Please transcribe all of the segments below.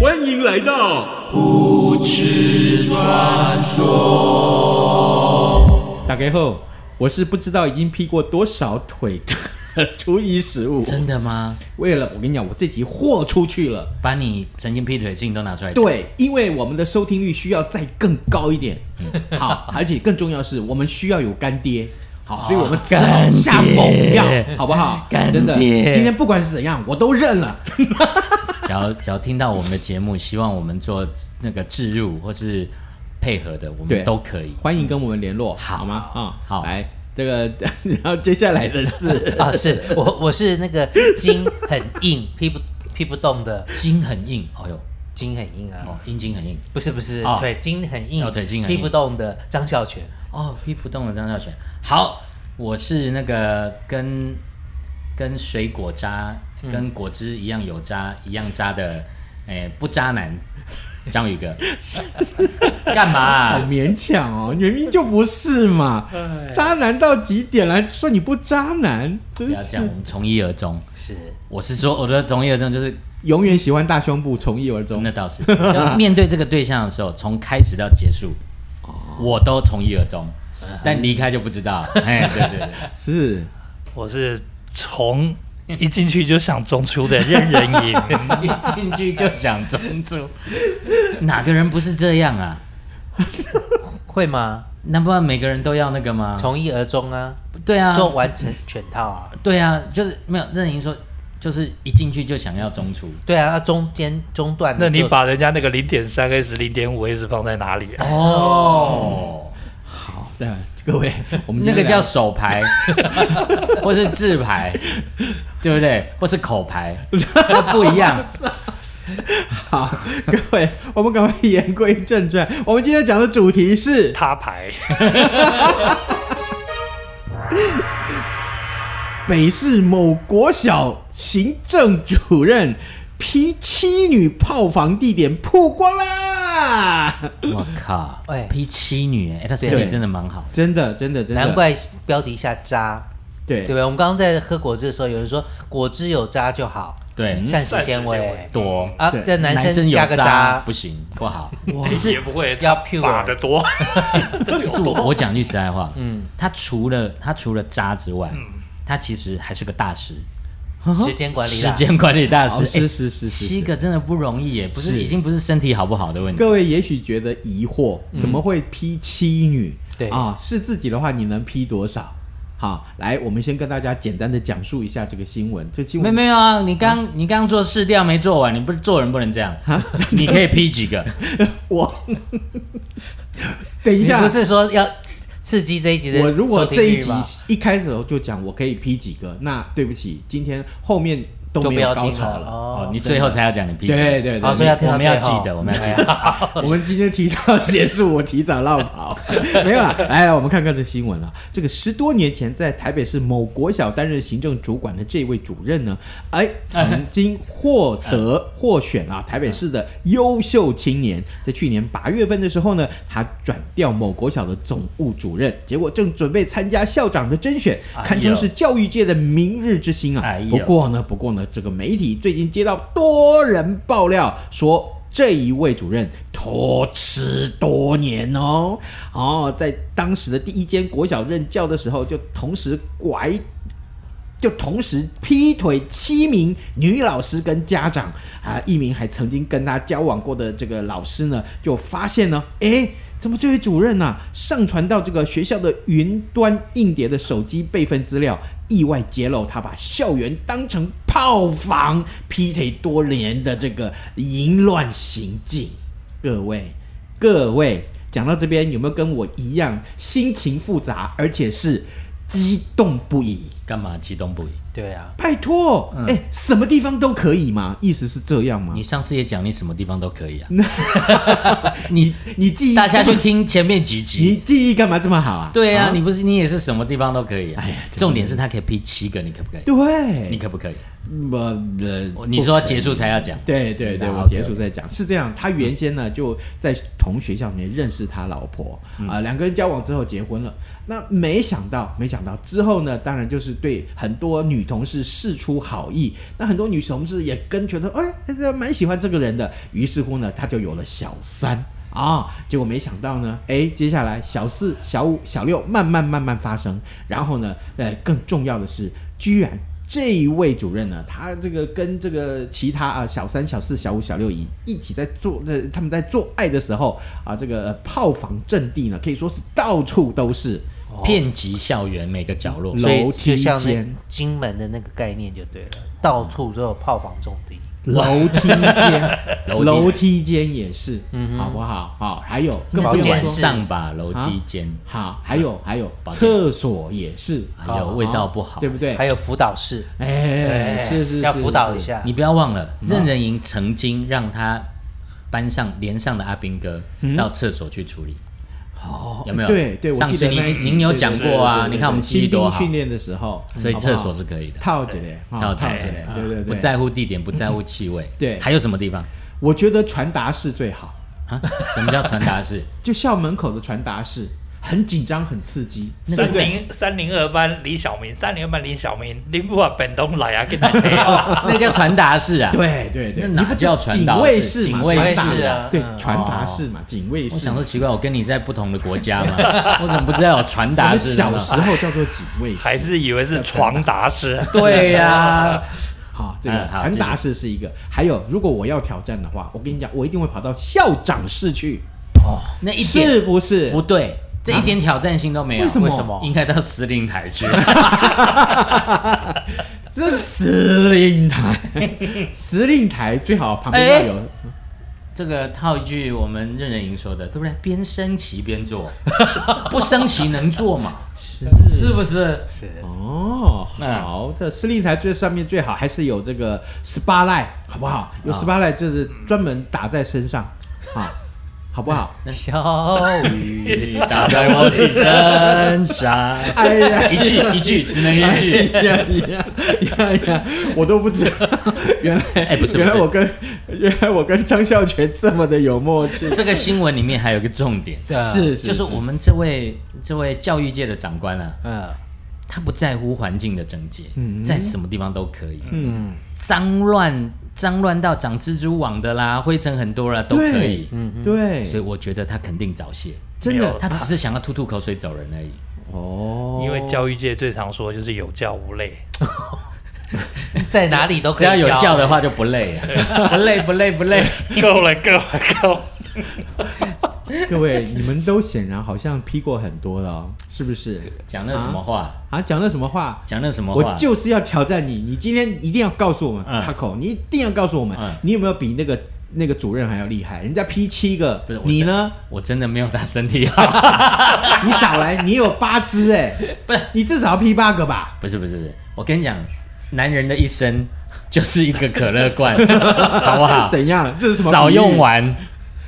欢迎来到打开后，我是不知道已经劈过多少腿的 初一十五。真的吗？为了我跟你讲，我这集豁出去了。把你曾经劈腿的事情都拿出来讲，对，因为我们的收听率需要再更高一点。好，而且更重要的是，我们需要有干爹。好，所以我们只好下猛药干爹，好不好？干爹真的，今天不管是怎样，我都认了。只要只要听到我们的节目，希望我们做那个置入或是配合的，我对们都可以。欢迎跟我们联络，好好吗？啊，好来这个， 然后接下来的 是 啊，是我我是那个筋很硬， 劈不劈不动的，筋很硬，哦呦，筋很硬啊。哦，阴茎很硬，不是不是，哦腿筋很硬，哦腿筋很硬劈不动的张孝全。哦，劈不动的张孝全。好，我是那个跟跟水果渣、跟果汁一样有渣、一样渣的，哎，不渣男章宇哥。干嘛好啊、勉强哦，明明就不是嘛，渣男到极点来说你不渣男，不真要这样，是我们从一而终。是，我是说，我的从一而终就是永远喜欢大胸部，从一而终那。倒是要面对这个对象的时候，从开始到结束，我都从一而终，但离开就不知道。哎，对对对， 是，我是从 一进去就想中出的任人赢，一进去就想中出，哪个人不是这样啊？会吗？那不然每个人都要那个吗？从一而终啊，对啊，做完成全套啊。对啊，就是没有任盈说，就是一进去就想要中出。对啊，那中间中段 那你就把人家那个零点三 S、零点五 S 放在哪里啊？哦，好的，各位，我们那个今天叫聊手牌，或是字牌，对不对？或是口牌，那不一样。好，各位，我们赶快言归正传，我们今天讲的主题是他牌，北市某国小行政主任批妻女炮房地点曝光啦！ 我靠，哎哎，劈七女，哎，她身对体真的蛮好。真的，真的，真的，难怪标题下渣，对对不对？我们刚刚在喝果汁的时候，有人说果汁有渣就好，对，膳食膳纤食纤维维多啊对，那男嗯生生有加个渣渣不，行，不好。 其实也不会要 pure 打的多，可是我我讲句实在话，嗯嗯，他除了他除了渣之外，他其实还是个大师，时间管理时啦，间管理大师。哦是哎是是是是七个真的不容易耶，不是是已经不是身体好不好的问题各。位也许觉得疑惑，嗯怎么会批妻女？对啊，是自己的话，你能批多少？好，来，我们先跟大家简单的讲述一下这个新闻。这新没闻没有啊，你刚你刚做试调没做完，你不是做人不能这样，你可以批几 个？我 等一你下不，是说要刺刺激这一集的我如果收听这一率集吗一开始就讲我可以批几个，那对不起，今天后面都都没不有要高听潮了了。哦哦，，你最后才要讲你批几个。对对对，好，所以要听我到们要最后哎记得，我们要记得。 我们今天提早结束，我提早绕跑， 没有啦。来，来我们看看这新闻了。这个十多年前在台北市某国小担任行政主管的这位主任呢，哎，曾经获 得嗯获选啊台北市的优秀青年。在去年八月份的时候呢，他转调某国小的总务主任，结果正准备参加校长的甄选，哎呦堪称是教育界的明日之星啊。哎呦不过呢，不过呢，这个媒体最近接到多人爆料说，这一位主任偷吃多年哦，哦，在当时的第一间国小任教的时候，就同时拐。就同时劈腿七名女老师跟家长啊，一名还曾经跟他交往过的这个老师呢，就发现呢，诶，怎么这位主任呐、上传到这个学校的云端硬碟的手机备份资料，意外揭露他把校园当成炮炮房劈腿多年的这个淫乱行径。各位，各位，讲到这边有没有跟我一样心情复杂，而且是激动不已？干嘛激动不已？对 啊，拜托，哎、什么地方都可以吗？意思是这样吗嗯你？上次也讲你什么地方都可 以啊， 你你记忆大家去听前面几集。你记忆干嘛这么好啊？对啊，你不是你也是什么地方都可以啊。哎呀真的重点是他可以劈七个，你可不可以？对，你可不可以？不呃，你说要结束才要讲。嗯对对对，好我，OK，结束再讲。是这样，他原先呢就在同学校里面认识他老婆嗯啊，两、个人交往之后结婚了。那没想到，没想到之后呢，当然就是对很多女同事示出好意。那很多女同事也跟觉得，哎，这蛮喜欢这个人的。于是乎呢，他就有了小三啊、结果没想到呢，哎，接下来小四、小五、小六慢慢慢慢发生。然后呢，呃，更重要的是，居然这一位主任呢，他这个跟这个其他啊小三、小四、小五、小六一一起在做，呃，他们在做爱的时候啊，这个呃炮房阵地呢，可以说是到处都是。遍及校园每个角落，嗯， 所以哦楼梯就像那间金门的那个概念就对了，到处都有炮房重地。楼梯间楼梯楼梯间也是，好不好？好、还有更那不是用晚说，上吧，楼梯啊间。好，还有还有保健厕所也是，哎呦啊味道不好对不对？还有辅导室， 哎，哎是是是，要辅导一是。下。你不要忘了，任人营曾经让他班上连上的阿兵哥到厕所去处理，嗯哦有没有对对，我上记次得你那一集您有对对讲对过啊对对你看我们对记忆新兵多好训练的时候，所以好不好厕所是可以的。套着嘞，哦到套着嘞，啊对对对，不在乎地点，不在乎气味。对还有什么地方 我觉得传达室最好，啊？什么叫传达 室？就校门口的传达室，很紧张，很刺激。对三不对？零三零二班李小明，三零二班李小明，林布啊本东来啊，跟他没有。哎那叫传达室啊。，对对对，那哪你不叫知道传达警卫室嘛？警卫哦传达室啊对，嗯传达室嘛，警卫我室想嘛。说奇怪，我跟你在不同的国家嘛，我怎么不知道有传我达们室呢？小时候叫做警卫还室，是以为是床达师。啊对呀、啊好，这个嗯好传达室是一个。还有，如果我要挑战的话，我跟你讲，我一定会跑到校长室去，那一点是不是？不对，这一点挑战性都没有。为什么为什么应该到司令台去。这是司令台， 司令台最好旁边要有。 这个套一句我们任人莹说的，对不对？边升旗边做， 不升旗能做吗？是是不是？是哦，那好的，司令台最上面最好还是有这个 SPA light，好不啊好？有 SPA light 就是专门打在 身上，啊，好不好？小雨，打在我的身上，哎呀，一句一句，只能一句。 哎呀呀呀哎呀！我都不知道， 原来哎不是不是原来我跟原来我跟张孝全这么的有默契，这个新闻里面还有一个重点，对啊是是就是我们这位这位教育界的长官啊，嗯，他不在乎环境的整洁，嗯在什么地方都可以，嗯脏乱脏乱到长蜘蛛网的啦，灰尘很多啦都可以嗯对。对，所以我觉得他肯定早泄，真啊的他只是想要吐吐口水走人而已。哦， 因为教育界最常说就是有教无类，在哪里都可只以要啊有叫教的话就不 累啊，不累不累不累。够了够了够了。各位，你们都显然好像批过很多了哦，是不是？讲那什么话？啊，讲了什么话？讲那什么我话？就是要挑战你，你今天一定要告诉我们、嗯 Taco，你一定要告诉我们，嗯你有没有比那个那个主任还要厉害？人家批七个不是，我你呢？我真的没有他身体啊好。你少 来，你有八只哎、不是你至少要批八个吧？ 不是不是不是，我跟你讲，男人的一生就是一个可乐 罐，好不好？怎样？这是什么？早用。完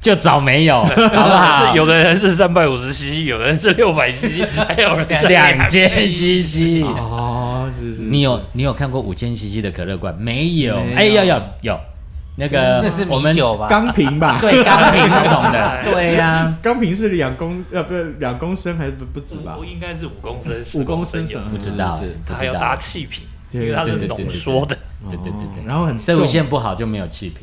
就早没有，好不好？ 是有的人是三百五十 cc，有的人是六百 cc，还有人是两千 CC。哦，是是，你有你有看过五千 CC 的可乐罐没有？没有哎，有有有，那个那是我 米们酒吧？钢瓶吧？对钢瓶那种的，对啊呀。钢瓶是两公呃，不是两公升还是不不止吧五，？应该是五公升，五四公升升有左，右不知道是是，不它知还有搭道。气瓶，因对为它是对对对浓对对缩的。对对对对，哦然后很射重物线不好就没有气瓶，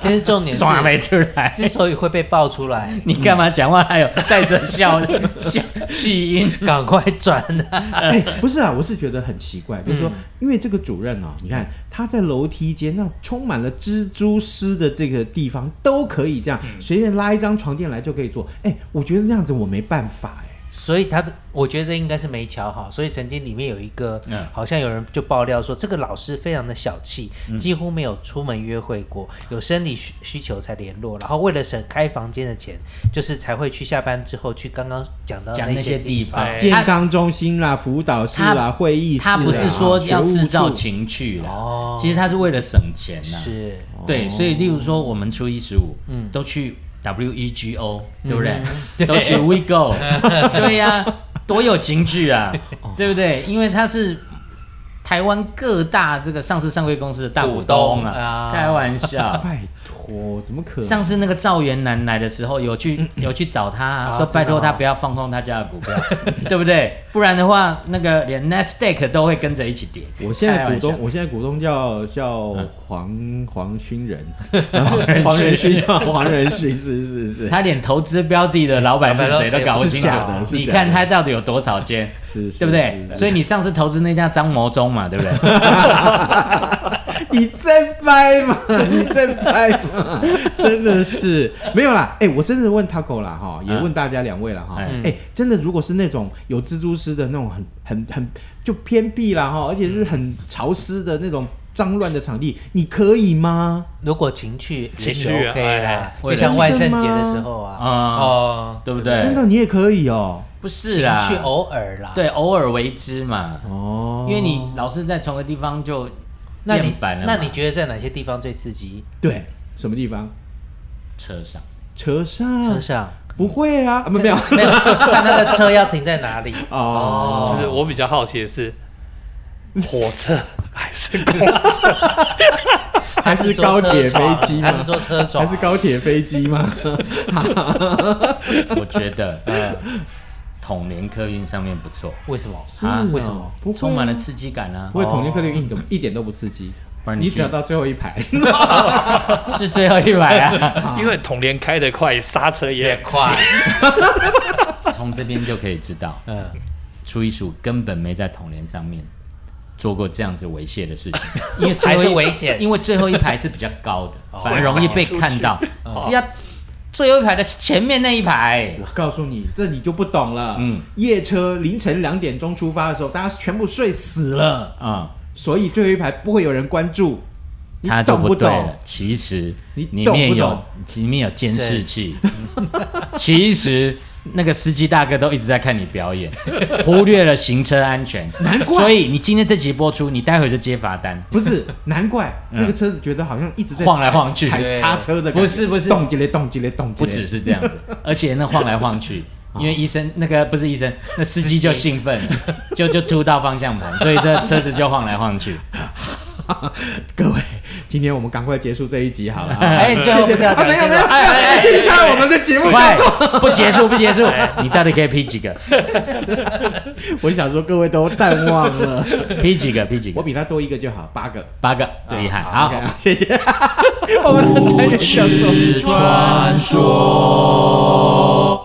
其实 重点是，抓没出来。之所以会被爆出来， 你干嘛讲话还有带着笑笑气音？赶快转啊！哎、不是啊，我是觉得很奇嗯怪，就是说，因为这个主任哦，你看他在楼梯间那充满了蜘蛛丝的这个地嗯方都可以这样，随便拉一张床垫来就可以做。哎、我觉得那样子我没办法哎、所以他的我觉得应该是没瞧好，所以曾经里面有一个，嗯好像有人就爆料说，这个老师非常的小气，嗯几乎没有出门约会过，有生理需需求才联络，然后为了省开房间的钱，就是才会去下班之后去刚刚讲到讲那些呃些地方哎，健他康中心啦、辅导室啦、他会议室啦，他不是说要制造哎学务处情趣啦，哦其实他是为了省钱啊呐、是对，所以例如说我们初一十五，哦嗯，都去 WEGO，对不对？ 都去 WeGo，对 呀、多有情趣啊，对不对？因为他是台湾各大这个上市上柜公司的大股股东东啊啊，开玩笑。 拜托，怎么可能？上次那个赵元南来的时候，有去有去找他、嗯啊，啊说拜托真的他哦不要放空他家的股 票，对不对？不然的话，那个连 Nasdaq 都会跟着一起跌。我现在开玩股东笑，我现在股东叫叫黄黄勋 仁， 仁黄 仁勋，黄仁勋是是是他连投资标的的老板是谁都搞不清楚哎是假的是假的你看他到底有多少间，是是，对不对？所以以你上次投资那家张谋忠嘛，对不 对？你在掰吗？ 你在掰 吗？真的是没有啦，哎，我真的问 Taco 啦哈，也嗯问大家两位啦哈，哎哎，真的如果是那种有蜘蛛丝的那种很很很就偏僻啦哈，而且是很潮湿的那种脏乱的场地，你可以吗？如果情趣也情是趣啊 OK 啦哎，就像万圣节的时候啊、啊，哦，对不对？真的你也可以哦，不是情啦趣，偶尔啦，对，偶尔为之嘛。哦因为你老是在同一个地方就那厌你烦了嘛。那你觉得在哪些地方最刺激？对什么地方？车 上车上，车上不会啊，啊没有没有没有，看那个车要停在 哪里？ 哦，就是我比较好奇的是，火车 还是公还是高铁飞机吗？还是说车撞？还是高铁飞机吗？我觉得嗯统联客运上面不错，为什么？是啊哦为什么不会啊充满了刺激感啊不！会，统联客运运动一点都不刺激不然，你你去只要到最后 一排，是最后一排啊，因为统联开得快，刹车也快。快， 从这边就可以知道，嗯，初一十五根本没在统联上面做过这样子猥亵的 事情，因为最还后是哦一危险。因为最后一排是比较高 的，反而容易被看到，是要最后一排的前面那一排。我告诉你，这你就不懂了。嗯嗯，夜车凌晨两点钟出发的时候，大家全部睡死了，嗯啊、所以最后一排不会有人关注。你他就懂不对懂了？。其实你里懂面不有懂里面有监视 器，其实那个司机大哥都一直在看你表 演，忽略了行车安全，难怪。所以你今天这集播出，你待会就接罚单。不是，难怪那个车子觉得好像一直在嗯晃来晃去踩对刹车的感觉，不是不是动起来动起来动不起来，只是这样 子，而且那晃来晃去，因为医生那个不是 医生，那哦司机就兴奋了，就就突到方向 盘，所以这车子就晃来晃 去。各位，今天我们赶快结束这一 集好了啊。哎，你最后不是 要啊，讲没有这没有，个？没哎有谢谢他，我们的节目快，不结束不结 束，哎你到底可以批几个？我想说各位都淡忘了，批几个？批几我个？比他多一个就好，八个。八个，厉害！好。 OK，谢谢。我们的单元叫做传说。